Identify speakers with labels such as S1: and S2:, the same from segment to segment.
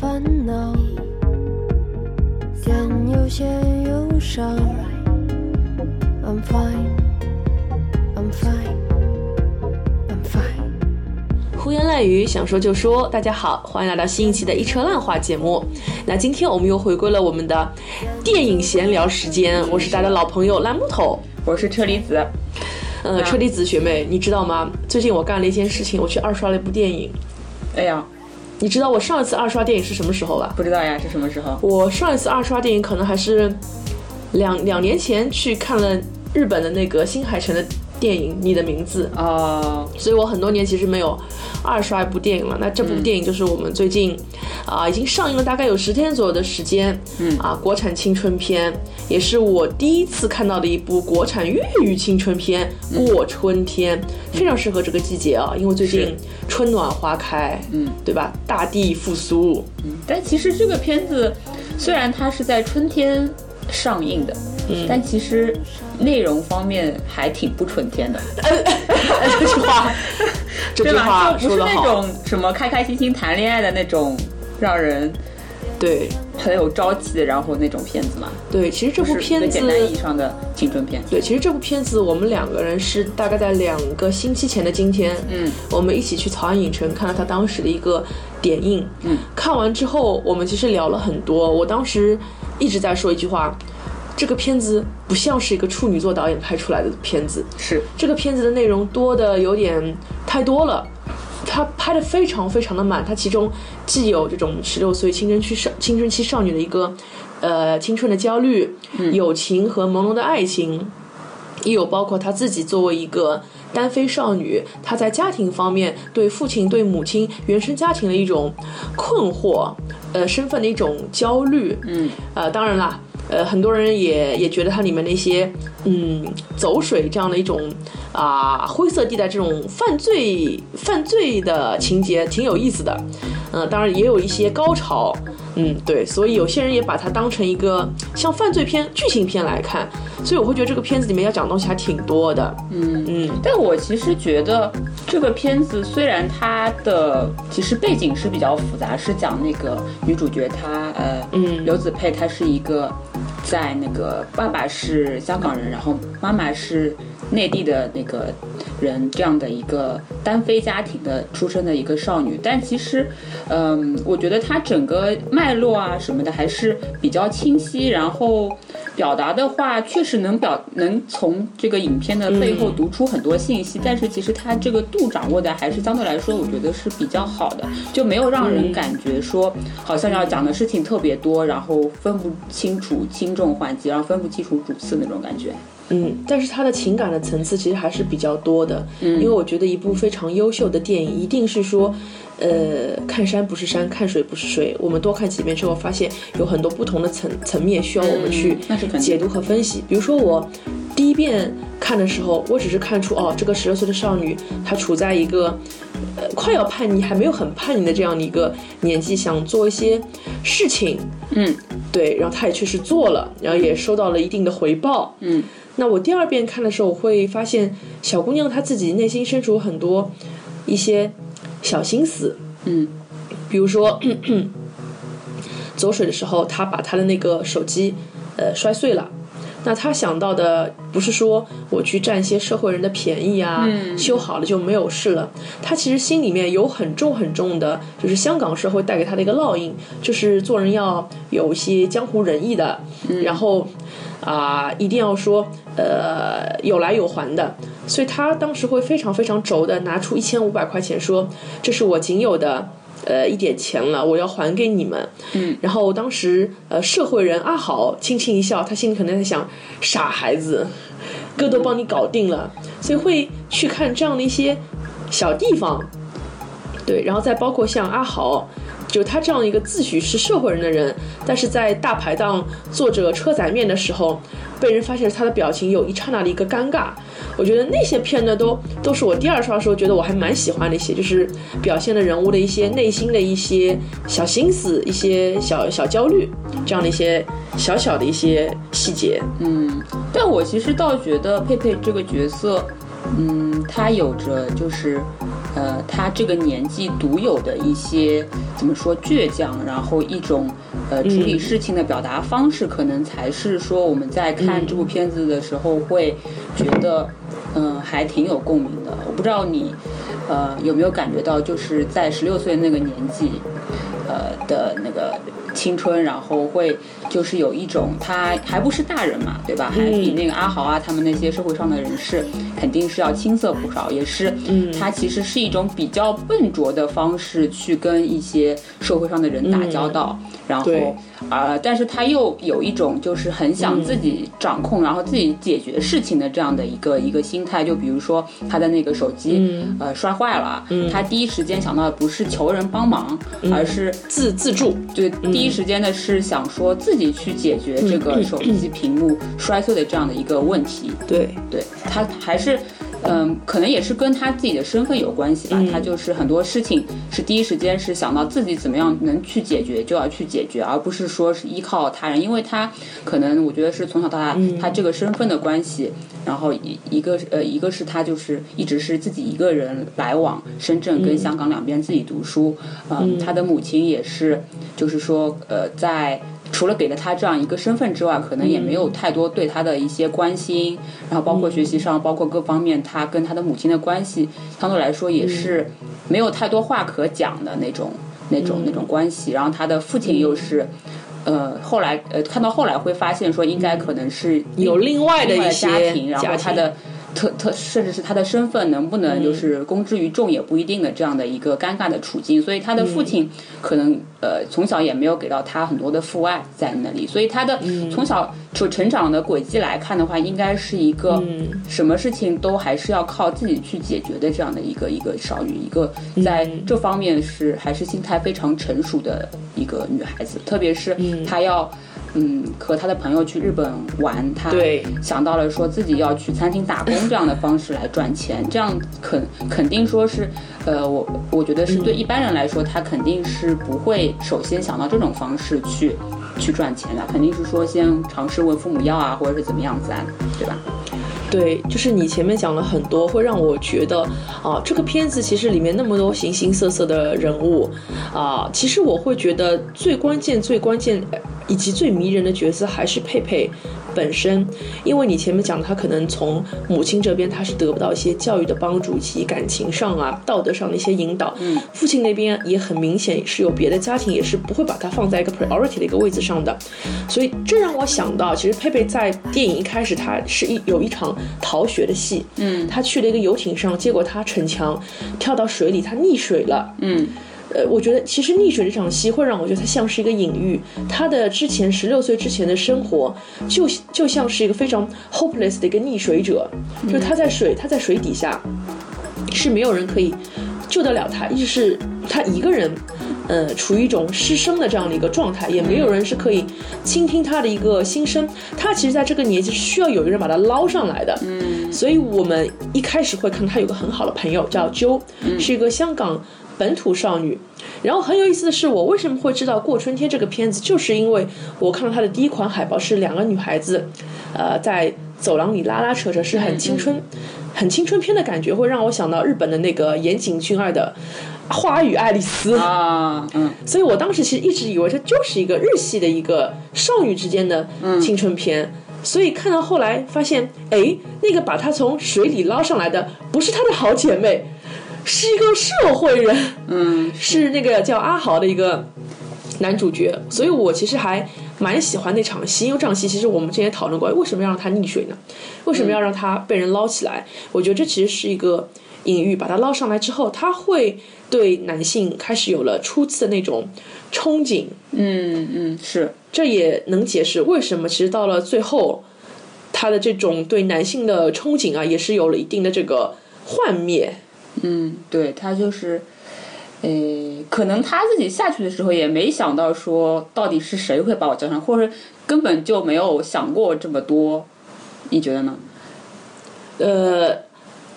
S1: 烦恼，但有些忧伤。I'm fine, I'm fine, I'm fine。
S2: 胡言乱语，想说就说。大家好，欢迎来到新一期的一车烂话节目。那今天我们又回归了我们的电影闲聊时间，我是大家的老朋友烂木头。
S3: 我是车厘子，
S2: 呃，车厘子学妹，你知道吗？最近我干了一件事情，我去二刷了一部电影。
S3: 哎呀，
S2: 你知道我上一次二刷电影是什么时候吧？
S3: 不知道呀，是什么时候？
S2: 我上一次二刷电影可能还是两两年前去看了日本的那个新海诚的电影《你的名字》，
S3: 哦，
S2: 所以我很多年其实没有二刷一部电影了。那这
S3: 嗯
S2: 部电影就是我们最近啊、已经上映了大概有十天左右的时间，嗯啊，国产青春片，也是我第一次看到的一部国产粤语青春片
S3: 嗯
S2: 《过春天》，非常适合这个季节啊，因为最近
S3: 是
S2: 春暖花开，
S3: 嗯，
S2: 对吧？大地复苏，
S3: 但其实这个片子虽然它是在春天上映的，
S2: 嗯
S3: 但其实内容方面还挺不春天的，
S2: 这句 话，这
S3: 对
S2: 句
S3: 吧？
S2: 话
S3: 就
S2: 说
S3: 不是
S2: 得
S3: 那
S2: 好，
S3: 种什么开开心心谈恋爱的那种让人
S2: 对
S3: 很有朝气的，然后那种片子嘛，
S2: 对，其实这部
S3: 就是
S2: 片
S3: 最
S2: 子
S3: 简。单意义上的青春片。
S2: 对，其实这部片子我们两个人是大概在两个星期前的今天，
S3: 嗯，
S2: 我们一起去曹安影城看了他当时的一个点映，
S3: 嗯，
S2: 看完之后我们其实聊了很多，我当时一直在说一句话，这个片子不像是一个处女座导演拍出来的片子，
S3: 是，
S2: 这个片子的内容多的有点太多了。他拍的非常非常的满，他其中既有这种十六岁青春期少青春期少女的一个，呃青春的焦虑、友情和朦胧的爱情，也有包括她自己作为一个单飞少女，她在家庭方面对父亲、对母亲、原生家庭的一种困惑，呃身份的一种焦虑，
S3: 嗯，
S2: 呃，当然啦，呃，很多人也也觉得它里面的一些嗯走水这样的一种啊、灰色地带这种犯罪犯罪的情节挺有意思的，嗯、当然也有一些高潮，嗯，对，所以有些人也把它当成一个像犯罪片、剧情片来看，所以我会觉得这个片子里面要讲的东西还挺多的，嗯嗯，
S3: 但我其实觉得这个片子虽然它的其实背景是比较复杂，是讲那个女主角她呃，
S2: 嗯
S3: 刘子佩她是一个在那个爸爸是香港人，然后妈妈是内地的那个人这样的一个单非家庭的出身的一个少女，但其实嗯，我觉得它整个脉络啊什么的还是比较清晰，然后表达的话确实能表能从这个影片的背后读出很多信息，但是其实它这个度掌握的还是相对来说，我觉得是比较好的，就没有让人感觉说好像要讲的事情特别多，然后分不清楚轻重缓急，然后分不清楚主次那种感觉。
S2: 嗯，但是他的情感的层次其实还是比较多的，
S3: 嗯
S2: 因为我觉得一部非常优秀的电影一定是说，呃，看山不是山，看水不是水。我们多看几遍之后，发现有很多不同的层层面需要我们去
S3: 嗯那是肯定
S2: 解读和分析。比如说我第一遍看的时候，我只是看出哦，这个十六岁的少女她处在一个呃快要叛逆还没有很叛逆的这样的一个年纪，想做一些事情，
S3: 嗯，
S2: 对，然后她也确实做了，然后也收到了一定的回报，
S3: 嗯。
S2: 那我第二遍看的时候，我会发现小姑娘她自己内心深处有很多一些小心思，
S3: 嗯，
S2: 比如说走水的时候，她把她的那个手机呃摔碎了。那她想到的不是说我去占一些社会人的便宜啊，修好了就没有事了。她其实心里面有很重很重的，就是香港社会带给她的一个烙印，就是做人要有一些江湖仁义的，然后啊、一定要说呃有来有还的。所以她当时会非常非常轴的拿出一千五百块钱说，这是我仅有的。呃，一点钱了，我要还给你们。嗯，然后当时呃，社会人阿豪轻轻一笑，他心里可能在想，傻孩子，哥都帮你搞定了，所以会去看这样的一些小地方，对，然后再包括像阿豪，就他这样一个自诩是社会人的人，但是在大排档做着车载面的时候，被人发现他的表情有一刹那的一个尴尬。我觉得那些片段都都是我第二刷的时候觉得我还蛮喜欢的一些，就是表现了人物的一些内心的一些小心思、一些小小焦虑这样的一些小小的一些细节。
S3: 但我其实倒觉得佩佩这个角色，嗯，她有着就是呃，他这个年纪独有的一些怎么说倔强，然后一种呃处理事情的表达方式，可能才是说我们在看这部片子的时候会觉得，嗯、还挺有共鸣的。我不知道你呃有没有感觉到，就是在十六岁那个年纪，呃的那个青春，然后会就是有一种他还不是大人嘛，对吧？还比那个阿豪啊他们那些社会上的人士肯定是要青涩不少，也是，嗯，他其实是一种比较笨拙的方式去跟一些社会上的人打交道，然后
S2: 对
S3: 呃，但是他又有一种就是很想自己掌控，然后自己解决事情的这样的一个一个心态。就比如说他的那个手机、呃摔坏了，他第一时间想到的不是求人帮忙，而是
S2: 自自助，
S3: 就第一时间的是想说自己去解决这个手机屏幕摔碎的这样的一个问题。
S2: 对，
S3: 对他还是，嗯，可能也是跟他自己的身份有关系吧。他就是很多事情是第一时间是想到自己怎么样能去解决就要去解决，而不是说是依靠他人，因为他可能我觉得是从小到大、他这个身份的关系，然后一一个呃一个是他就是一直是自己一个人来往深圳跟香港两边自己读书，嗯，他的母亲也是就是说呃在。除了给了他这样一个身份之外，可能也没有太多对他的一些关心，然后包括学习上，包括各方面，他跟他的母亲的关系，相对来说也是没有太多话可讲的那种、那种、那种关系。然后他的父亲又是，呃，后来呃，看到后来会发现说，应该可能是
S2: 有另外的
S3: 另
S2: 一
S3: 外的家
S2: 些
S3: 庭，然
S2: 家嗯
S3: 后他的特特甚至是他的身份能不能就是公之于众也不一定的这样的一个尴尬的处境，所以他的父
S2: 嗯
S3: 亲可能、呃从小也没有给到他很多的父爱在那里，所以他的
S2: 嗯
S3: 从小就成长的轨迹来看的话，应该是一个
S2: 嗯
S3: 什么事情都还是要靠自己去解决的这样的一个一个少女，一个
S2: 嗯
S3: 在这方面是还是心态非常成熟的一个女孩子，特别是她要。嗯，和她的朋友去日本玩，她
S2: 对
S3: 想到了说自己要去餐厅打工这样的方式来赚钱，这样肯肯定说是，呃，我我觉得是对一般人来说，他肯定是不会首先想到这种方式去去赚钱的，肯定是说先尝试问父母要啊，或者是怎么样子啊，对吧？
S2: 对，就是你前面讲了很多，会让我觉得啊，这个片子其实里面那么多形形色色的人物啊，其实我会觉得最关键、最关键呃以及最迷人的角色还是佩佩本身，因为你前面讲的，她可能从母亲这边她是得不到一些教育的帮助，以及感情上啊、道德上的一些引导，嗯，父亲那边也很明显是有别的家庭，也是不会把她放在一个 priority 的一个位置上的，所以这让我想到，其实佩佩在电影一开始，她是一有一场逃学的戏，嗯，她去了一个游艇上，结果她逞强，跳到水里，她溺水了，
S3: 嗯，
S2: 呃，我觉得其实溺水这场戏会让我觉得它像是一个隐喻，她的之前十六岁之前的生活就就像是一个非常 hopeless 的一个溺水者，就是她在水，她在水底下是没有人可以救得了她，一是她一个人。呃，处于一种失声的这样的一个状态，也没有人是可以倾听她的一个心声。她其实在这个年纪是需要有一个人把她捞上来的。嗯，所以我们一开始会看她有个很好的朋友叫嗯 Jo，、是一个香港本土少女。然后很有意思的是，我为什么会知道《过春天》这个片子，就是因为我看到它的第一款海报是两个女孩子，呃，在走廊里拉拉扯扯，是很青春、很青春片的感觉，会让我想到日本的那个岩井俊二的《花与爱丽丝》
S3: 啊，嗯，
S2: 所以我当时其实一直以为这就是一个日系的一个少女之间的青春片。所以看到后来发现，哎，那个把她从水里捞上来的不是她的好姐妹，是一个社会人，嗯，是那个叫阿豪的一个男主角。所以我其实还蛮喜欢那场戏，因为这场戏其实我们之前也讨论过，为什么要让他溺水呢？为什么要让他被人捞起来？我觉得这其实是一个隐喻，把他捞上来之后，他会对男性开始有了初次的那种憧憬。
S3: 嗯嗯，是，
S2: 这也能解释为什么其实到了最后，他的这种对男性的憧憬啊，也是有了一定的这个幻灭。
S3: 嗯，对他就是，呃，可能他自己下去的时候也没想到说到底是谁会把我叫上，或者根本就没有想过这么多，你觉得呢？
S2: 呃，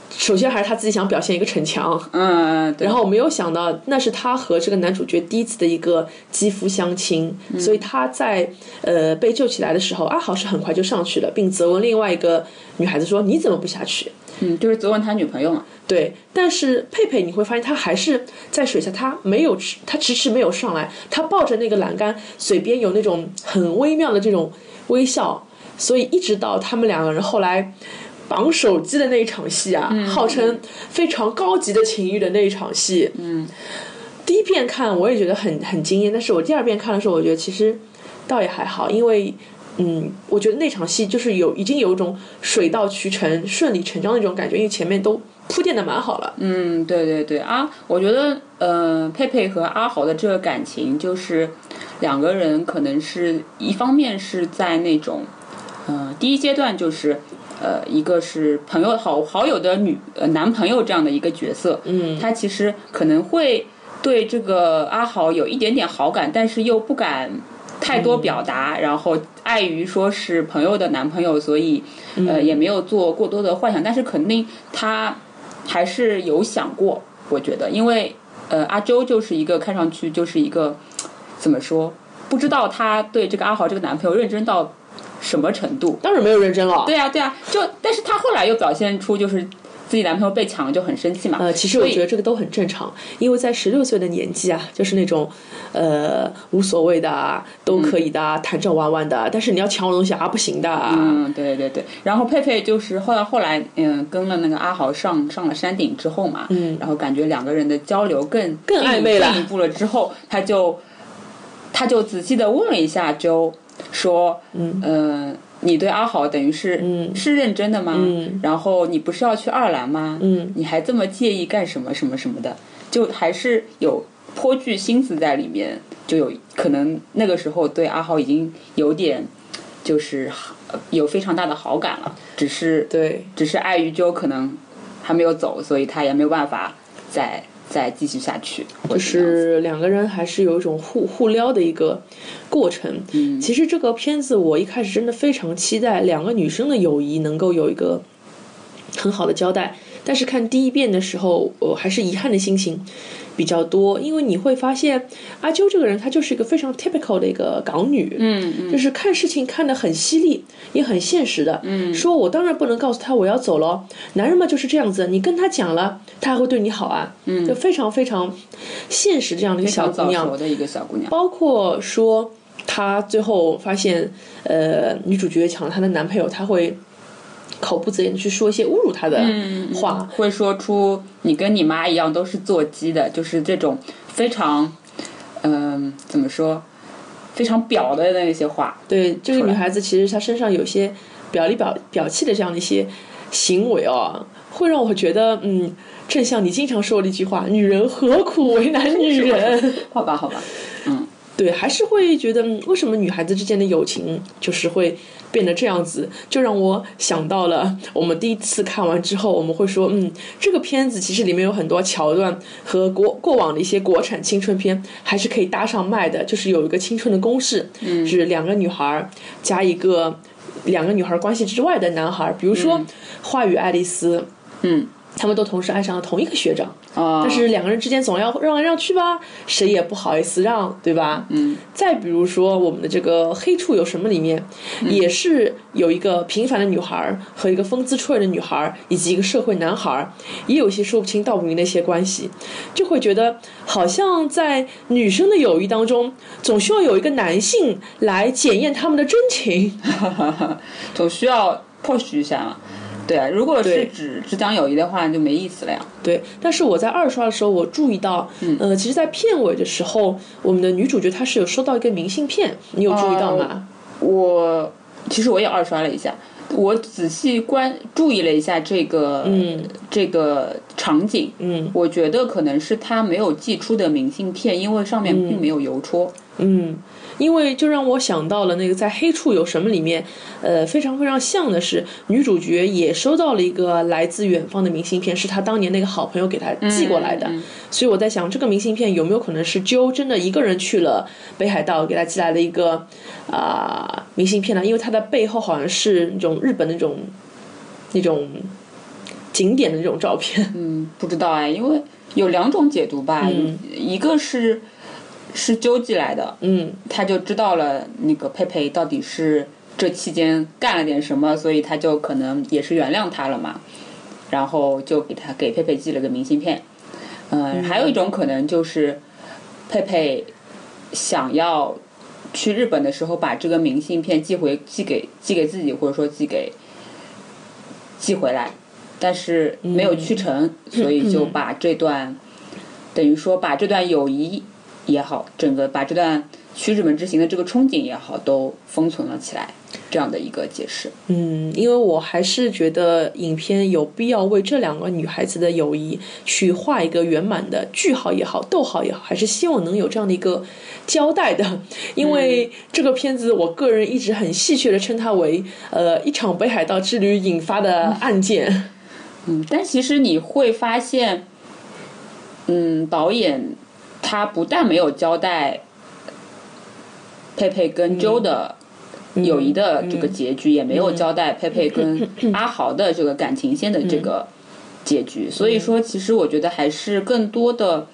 S2: 首先还是他自己想表现一个逞强，
S3: 嗯，对
S2: 然后没有想到那是他和这个男主角第一次的一个肌肤相亲，所以他在呃被救起来的时候，阿豪是很快就上去了，并责问另外一个女孩子说：“你怎么不下去？”
S3: 嗯，就是责问他女朋友嘛。
S2: 对，但是佩佩你会发现，他还是在水下，他没有迟，他迟迟没有上来，他抱着那个栏杆，嘴边有那种很微妙的这种微笑，所以一直到他们两个人后来绑手机的那一场戏啊，号称非常高级的情欲的那一场戏，
S3: 嗯，
S2: 第一遍看我也觉得很很惊艳，但是我第二遍看的时候，我觉得其实倒也还好，因为嗯，我觉得那场戏就是有已经有一种水到渠成、顺理成章的一种感觉，因为前面都铺垫的蛮好了。
S3: 嗯，对对对啊，我觉得呃，佩佩和阿豪的这个感情就是两个人可能是一方面是在那种呃第一阶段就是呃一个是朋友好好友的女呃男朋友这样的一个角色，
S2: 嗯
S3: 他其实可能会对这个阿豪有一点点好感，但是又不敢太多表达，然后碍于说是朋友的男朋友，所以呃也没有做过多的幻想，但是肯定他还是有想过，我觉得，因为呃阿周就是一个看上去就是一个怎么说，不知道他对这个阿豪这个男朋友认真到什么程度，
S2: 当然没有认真了。
S3: 对啊，对啊，就但是她后来又表现出就是自己男朋友被抢了就很生气嘛。
S2: 呃，其实我
S3: 所以
S2: 觉得这个都很正常，因为在十六岁的年纪啊，就是那种，呃，无所谓的啊，都可以的啊，谈着玩玩的啊，但是你要抢我东西啊，不行的啊。
S3: 嗯，对对对。然后佩佩就是后来后来，嗯，跟了那个阿豪上上了山顶之后嘛，
S2: 嗯
S3: 然后感觉两个人的交流更
S2: 更暧昧了
S3: 进一步了之后，他就他就仔细的问了一下周，说，嗯，呃，你对阿豪等于是、
S2: 嗯
S3: 是认真的吗？
S2: 嗯
S3: 然后你不是要去爱尔兰吗？
S2: 嗯
S3: 你还这么介意干什么什么什么的，就还是有颇具心思在里面，就有可能那个时候对阿豪已经有点就是呃有非常大的好感了，只是
S2: 对，
S3: 只是碍于就可能还没有走，所以他也没有办法再再继续下去，就
S2: 就是两个人还是有一种互互撩的一个过程。
S3: 嗯
S2: 其实这个片子我一开始真的非常期待两个女生的友谊能够有一个很好的交代，但是看第一遍的时候，我还是遗憾的心情比较多，因为你会发现阿啾这个人，她就是一个非常 typical 的一个港女，
S3: 嗯嗯，
S2: 就是看事情看得很犀利，也很现实的。嗯，说我当然不能告诉他我要走了，男人嘛就是这样子，你跟他讲了，他还会对你好啊。嗯，就非常非常现实这样的一个小
S3: 小
S2: 姑
S3: 早
S2: 娘
S3: 熟，的一个小姑娘，
S2: 包括说她最后发现，呃，女主角抢了她的男朋友，她会口不择言地去说一些侮辱她的
S3: 嗯
S2: 话。
S3: 会说出你跟你妈一样都是做鸡的，就是这种非常嗯、怎么说非常表的那些话，
S2: 对，这个
S3: 出
S2: 女
S3: 来
S2: 孩子其实她身上有些表里表表气的这样的一些行为哦，会让我觉得，嗯，正像你经常说的一句话，女人何苦为难女人？
S3: 好吧好吧，嗯。
S2: 对，还是会觉得，嗯为什么女孩子之间的友情就是会变得这样子？就让我想到了我们第一次看完之后，我们会说，嗯，这个片子其实里面有很多桥段和国过往的一些国产青春片还是可以搭上麦的，就是有一个青春的公式，嗯、是两个女孩儿加一个两个女孩儿关系之外的男孩儿，比如说《花与爱丽丝》，
S3: 嗯，
S2: 他们都同时爱上了同一个学长。
S3: 啊，
S2: 但是两个人之间总要让来让去吧，谁也不好意思让，对吧？
S3: 嗯，
S2: 再比如说我们的这个《黑处有什么》里面，也是有一个平凡的女孩儿和一个风姿绰约的女孩儿，以及一个社会男孩儿，也有一些说不清道不明的一些关系，就会觉得好像在女生的友谊当中，总需要有一个男性来检验他们的真情。
S3: 总需要 push 一下嘛。对啊，如果
S2: 对
S3: 是只只讲友谊的话，就没意思了呀。
S2: 对，但是我在二刷的时候，我注意到，嗯、呃，其实，在片尾的时候，我们的女主角她是有收到一个明信片，你有注意到吗？
S3: 我其实我也二刷了一下，我仔细关注意了一下这个、
S2: 嗯
S3: 这个场景，
S2: 嗯
S3: 我觉得可能是他没有寄出的明信片，因为上面并没有邮戳。
S2: 嗯，因为就让我想到了那个在《黑处有什么》里面，呃，非常非常像的是，女主角也收到了一个来自远方的明信片，是她当年那个好朋友给她寄过来的。
S3: 嗯嗯
S2: 所以我在想，这个明信片有没有可能是啾真的一个人去了北海道，给她寄来的一个啊、明信片呢？因为它的背后好像是那种日本那种那种景点的那种照片。
S3: 嗯，不知道哎，因为有两种解读吧，一个是是纠寄来的，
S2: 嗯，
S3: 他就知道了那个佩佩到底是这期间干了点什么，所以他就可能也是原谅他了嘛。然后就给他给佩佩寄了个明信片。嗯，还有一种可能就是佩佩想要去日本的时候，把这个明信片寄回寄给寄给自己，或者说寄给寄回来，但是没有去成，所以就把这段 等于说把这段友谊也好，整个把这段去日本之行的这个憧憬也好，都封存了起来，这样的一个解释。
S2: 嗯，因为我还是觉得影片有必要为这两个女孩子的友谊去画一个圆满的句号也好，逗号也好，还是希望能有这样的一个交代的。因为这个片子，我个人一直很戏谑的称它为呃一场北海道之旅引发的案件。
S3: 嗯，但其实你会发现，嗯，导演他不但没有交代佩佩跟周的友谊的这个结局，也没有交代佩佩跟阿豪的这个感情线的这个结局，所以说，其实我觉得还是更多的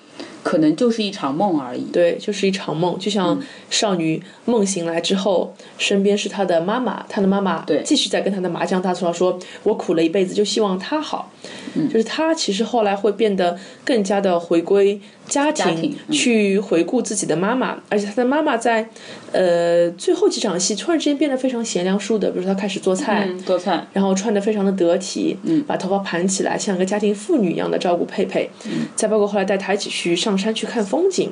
S3: 可能就是一场梦而已。
S2: 对，就是一场梦，就像
S3: 嗯
S2: 少女梦醒来之后，身边是她的妈妈，她的妈妈
S3: 对
S2: 继续在跟她的麻将大厨说：“我苦了一辈子，就希望她好。
S3: 嗯
S2: 就是她其实后来会变得更加的回归家庭，
S3: 家庭嗯
S2: 去回顾自己的妈妈，而且她的妈妈在呃最后几场戏突然之间变得非常贤良淑德，比如说她开始做菜，
S3: 嗯，做菜，
S2: 然后穿的非常的得体，嗯，把头发盘起来，像个家庭妇女一样的照顾佩佩，嗯，再包括后来带她一起去上山去看风景，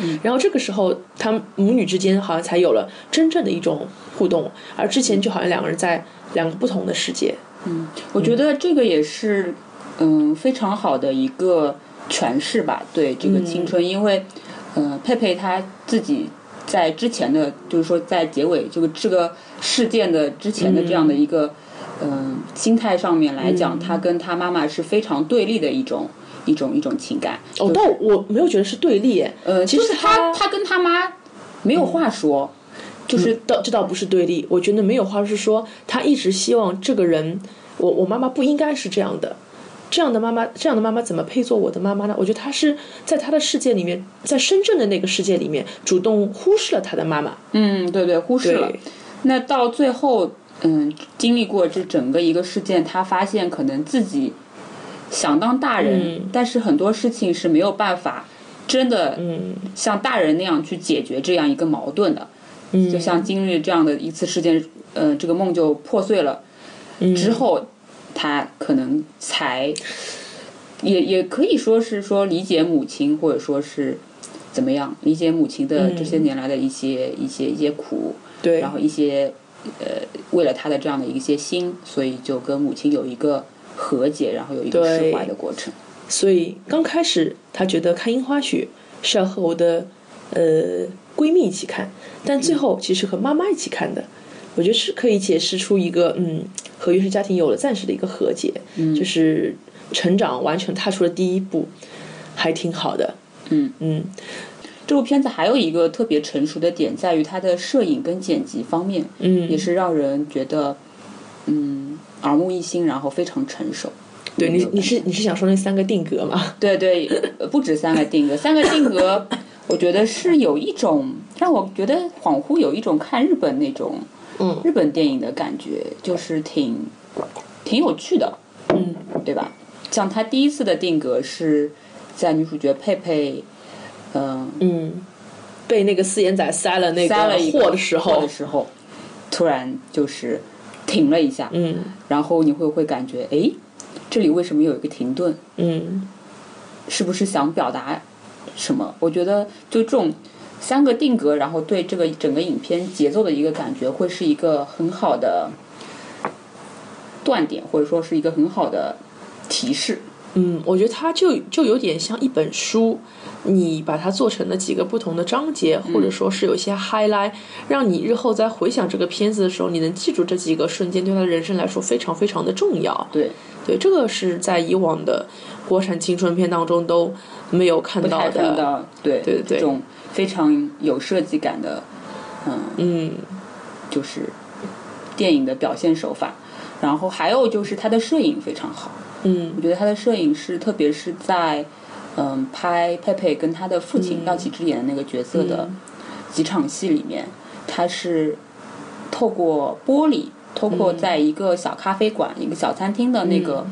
S2: 嗯，然后这个时候他们母女之间好像才有了真正的一种互动，而之前就好像两个人在两个不同的世界，
S3: 我觉得这个也是，嗯，非常好的一个诠释吧，对这个青春，因为，呃，佩佩她自己在之前的，就是说在结尾这个这个事件的之前的这样的一个，嗯、心态上面来讲，她跟她妈妈是非常对立的一种一种一种情感。
S2: 哦，但我没有觉得是对立，
S3: 呃，
S2: 其
S3: 就
S2: 实
S3: 是她
S2: 她
S3: 她跟她妈没有话说，就是
S2: 倒这倒不是对立，我觉得没有话是说，他一直希望这个人，我我妈妈不应该是这样的，这样的妈妈，这样的妈妈怎么配做我的妈妈呢？我觉得他是在他的世界里面，在深圳的那个世界里面，主动忽视了他的妈妈。
S3: 嗯，对对，忽视了。那到最后，嗯，经历过这整个一个事件，他发现可能自己想当大人，
S2: 嗯
S3: 但是很多事情是没有办法真的
S2: 嗯
S3: 像大人那样去解决这样一个矛盾的。
S2: 嗯，
S3: 就像经历这样的一次事件，呃，这个梦就破碎了。
S2: 嗯
S3: 之后，他可能才也也可以说是说理解母亲，或者说是怎么样理解母亲的这些
S2: 嗯
S3: 年来的一些、一些一些苦，
S2: 对，
S3: 然后一些呃，为了他的这样的一些心，所以就跟母亲有一个和解，然后有一个
S2: 对
S3: 释怀的过程。
S2: 所以刚开始她觉得看樱花雪是要和我的呃闺蜜一起看，但
S3: 嗯
S2: 最后其实和妈妈一起看的。我觉得是可以解释出一个嗯和原生家庭有了暂时的一个和解，
S3: 嗯
S2: 就是成长完全踏出了第一步，还挺好的。
S3: 嗯
S2: 嗯，
S3: 这部片子还有一个特别成熟的点，在于它的摄影跟剪辑方面，
S2: 嗯
S3: 也是让人觉得，嗯，耳目一新，然后非常成熟。
S2: 对你
S3: 有
S2: 你是你是想说那三个定格吗？
S3: 对对，呃不止三个定格，三个定 格，我觉得是有一种让我觉得恍惚有一种看日本那种，
S2: 嗯
S3: 日本电影的感觉，就是挺挺有趣的，
S2: 嗯，
S3: 对吧？像他第一次的定格是在女主角佩佩，嗯、
S2: 嗯，被那个四眼仔塞了那
S3: 塞了一个
S2: 货的时
S3: 货
S2: 候
S3: 的，时候，突然就是停了一下，
S2: 嗯
S3: 然后你会会感觉，诶，这里为什么有一个停顿？
S2: 嗯
S3: 是不是想表达什么？我觉得就这种三个定格，然后对这个整个影片节奏的一个感觉，会是一个很好的断点，或者说是一个很好的提示。
S2: 嗯，我觉得它就就有点像一本书，你把它做成了几个不同的章节，或
S3: 嗯
S2: 者说是有一些 highlight，让你日后在回想这个片子的时候，你能记住这几个瞬间，对他的人生来说非常非常的重要。
S3: 对，
S2: 对，这个是在以往的国产青春片当中都没有看到
S3: 才
S2: 的。
S3: 看到对
S2: 对对
S3: 这种非常有设计感的，
S2: 嗯
S3: 就是电影的表现手法。然后还有就是它的摄影非常好，
S2: 嗯
S3: 我觉得他的摄影师，特别是在嗯拍佩佩跟他的父
S2: 嗯
S3: 亲廖启智演的那个角色的几场戏里面，他是透过玻璃，透过在一个小咖啡馆、一个小餐厅的那个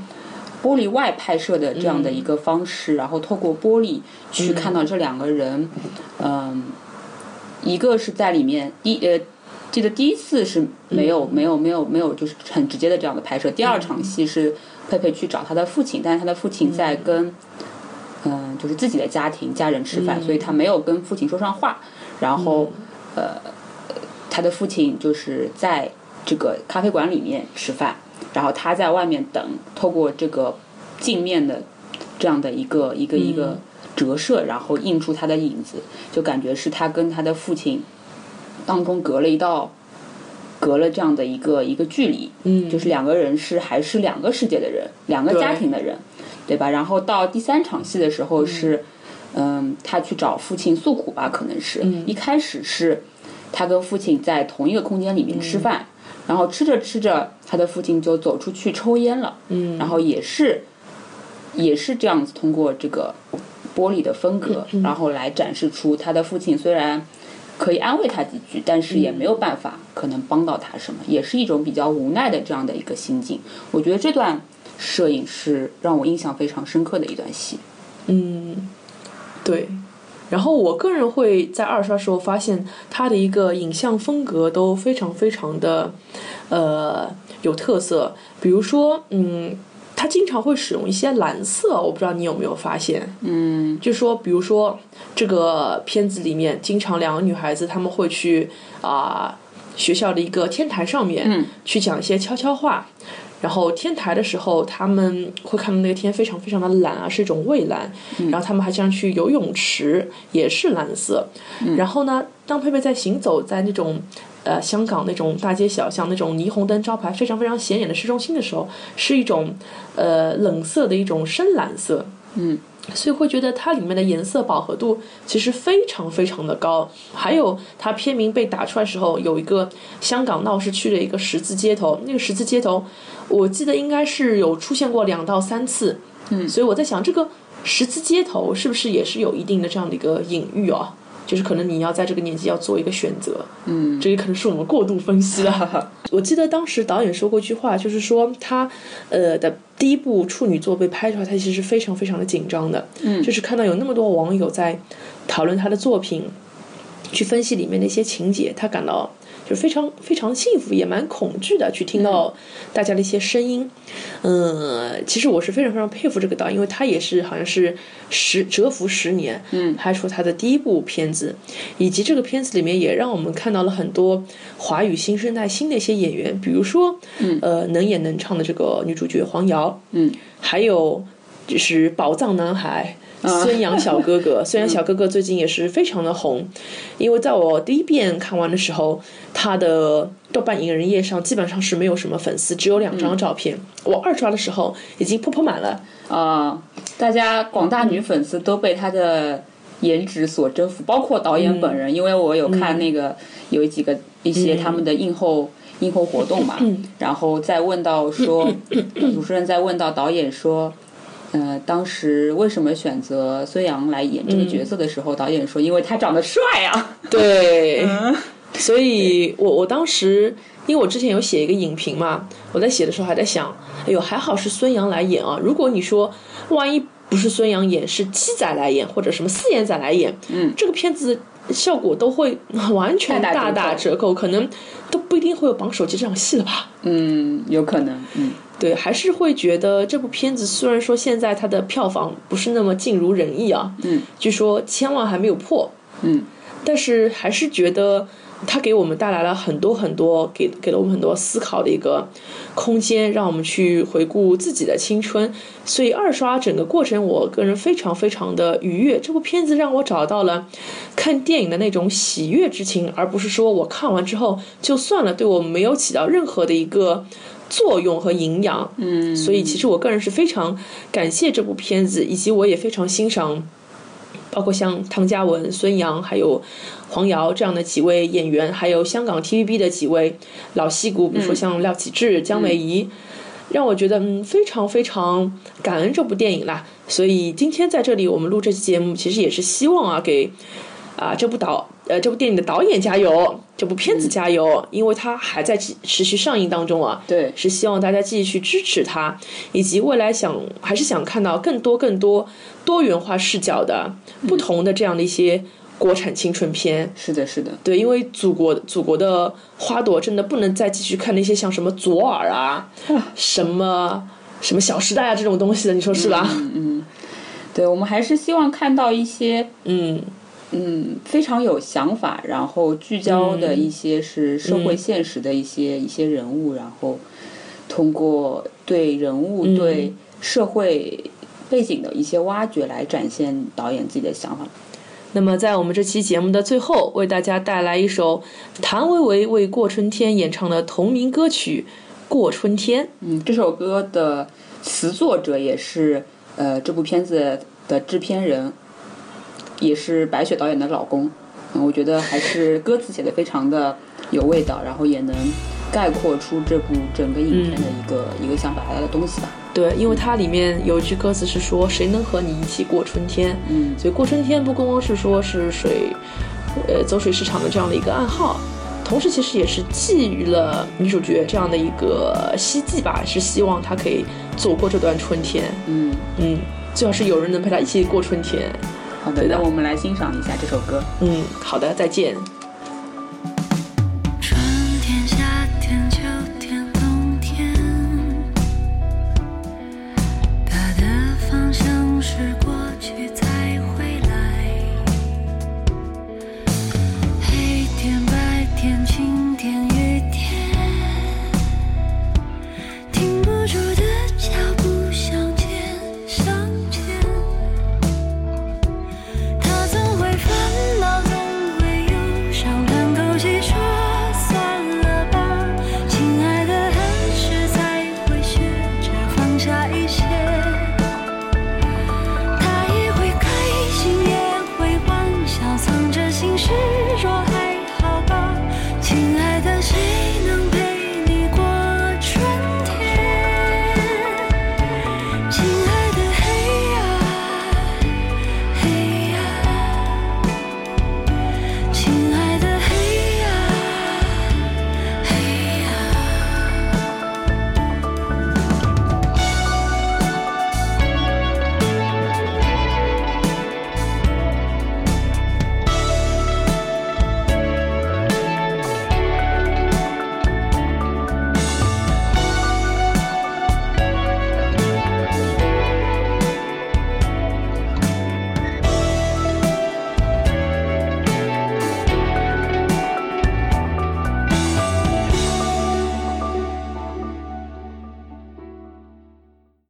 S3: 玻璃外拍摄的这样的一个方式，然后透过玻璃去看到这两个人，嗯、一个是在里面第呃。记得第一次是没有、没有没有没有，就是很直接的这样的拍摄。第二场戏是佩佩去找他的父亲，但是他的父亲在跟嗯、就是自己的家庭家人吃饭，所以他没有跟父亲说上话。然后、呃，他的父亲就是在这个咖啡馆里面吃饭，然后他在外面等，透过这个镜面的这样的一个一个一个折射，然后映出他的影子，就感觉是他跟他的父亲当中隔了一道。隔了这样的一个一个距离，嗯，就是两个人是还是两个世界的人，两个家庭的人，对吧？然后到第三场戏的时候是，嗯，他去找父亲诉苦吧，可能是、一开始是他跟父亲在同一个空间里面吃饭，然后吃着吃着，他的父亲就走出去抽烟了，嗯，然后也是也是这样子通过这个玻璃的分隔，然后来展示出他的父亲虽然。可以安慰他几句，但是也没有办法可能帮到他什么，也是一种比较无奈的这样的一个心境。我觉得这段摄影是让我印象非常深刻的一段戏。
S2: 嗯对。然后我个人会在二刷时候发现他的一个影像风格都非常非常的，呃，有特色。比如说，嗯，他经常会使用一些蓝色，我不知道你有没有发现。
S3: 嗯，
S2: 就说，比如说这个片子里面，经常两个女孩子她们会去啊、学校的一个天台上面、
S3: 嗯
S2: 去讲一些悄悄话。然后天台的时候，她们会看到那个天非常非常的蓝啊，是一种蔚蓝。然后她们还经常去游泳池，也是蓝色。然后呢，当佩佩在行走在那种呃香港那种大街小巷、那种霓虹灯招牌非常非常显眼的市中心的时候，是一种呃冷色的一种深蓝色。所以会觉得它里面的颜色饱和度其实非常非常的高。还有它片名被打出来的时候，有一个香港闹市区的一个十字街头，那个十字街头，我记得应该是有出现过两到三次。嗯，所以我在想，这个十字街头是不是也是有一定的这样的一个隐喻哦？就是可能你要在这个年纪要做一个选择，嗯，这也可能是我们过度分析了。 我记得当时导演说过一句话，就是说他呃的第一部处女作被拍出来，他其实非常非常的紧张的，嗯，就是看到有那么多网友在讨论他的作品，去分析里面的一些情节，他感到就非常非常幸福，也蛮恐惧的，去听到大家的一些声音。嗯，其实我是非常非常佩服这个导演，因为他也是好像是十蛰伏十年，嗯，拍出他的第一部片子，以及这个片子里面也让我们看到了很多华语新生代新的一些演员，比如说，嗯，呃，能演能唱的这个女主角黄瑶，
S3: 嗯，
S2: 还有就是宝藏男孩。孙杨小哥 哥，孙杨小哥哥最近也是非常的红，因为在我第一遍看完的时候，他的豆瓣影人页上基本上是没有什么粉丝，只有两张照片。
S3: 嗯
S2: 我二刷的时候已经破破满了，
S3: 啊、大家广大女粉丝都被她的颜值所征服，包括导演本人，因为我有看那个、有几个一些他们的映后、映后活动嘛，然后再问到说，主持人在问到导演说。呃，当时为什么选择孙杨来演这个角色的时候，导演说，因为他长得帅啊。
S2: 对， 所以我我当时，因为我之前有写一个影评嘛，我在写的时候还在想，哎呦，还好是孙杨来演啊。如果你说万一不是孙杨演，是七仔来演，或者什么四眼仔来演，嗯，这个片子效果都会完全
S3: 大打
S2: 大
S3: 折
S2: 打
S3: 扣
S2: 折扣，可能都不一定会有绑手机这场戏了吧。
S3: 嗯，有可能，嗯，
S2: 对，还是会觉得这部片子虽然说现在它的票房不是那么尽如人意啊，
S3: 嗯，
S2: 据说千万还没有破，
S3: 嗯，
S2: 但是还是觉得它给我们带来了很多很多，给给了我们很多思考的一个空间，让我们去回顾自己的青春。所以二刷整个过程，我个人非常非常的愉悦。这部片子让我找到了看电影的那种喜悦之情，而不是说我看完之后就算了，对我没有起到任何的一个。作用和营养，嗯，所以其实我个人是非常感谢这部片子，以及我也非常欣赏，包括像汤嘉文、孙杨还有黄瑶这样的几位演员，还有香港 TVB 的几位老戏骨，比如说像廖启智、江美仪，让我觉得嗯非常非常感恩这部电影啦。所以今天在这里我们录这期节目，其实也是希望啊给啊这部导呃这部电影的导演加油，这部片子加油，因为它还在继持续上映当中啊。
S3: 对
S2: 是希望大家继续去支持它，以及未来想还是想看到更多更多多元化视角的不同的这样的一些国产青春片。
S3: 是的，是的，
S2: 对，因为祖国祖国的花朵真的不能再继续看那些像什么左耳啊、什么什么小时代啊这种东西了，你说是吧？
S3: 嗯对我们还是希望看到一些
S2: 嗯
S3: 嗯非常有想法，然后聚焦的一些嗯是社会现实的一些、一些人物，然后通过对人物、对社会背景的一些挖掘来展现导演自己的想法。
S2: 那么在我们这期节目的最后，为大家带来一首谭维维为《过春天》演唱的同名歌曲《过春天》。
S3: 嗯，这首歌的词作者也是呃这部片子的制片人，也是白雪导演的老公。嗯，我觉得还是歌词写的非常的有味道，然后也能概括出这部整个影片的一个、一个想表达的东西吧。
S2: 对，因为它里面有一句歌词是说“谁能和你一起过春天”，
S3: 嗯
S2: 所以过春天不光光是说是水，呃，走水市场的这样的一个暗号，同时其实也是寄予了女主角这样的一个希冀吧，是希望她可以走过这段春天，
S3: 嗯，
S2: 嗯，最好是有人能陪她一起过春天，
S3: 好的，
S2: 对的
S3: 那我们来欣赏一下这首歌。
S2: 嗯，好的，再见。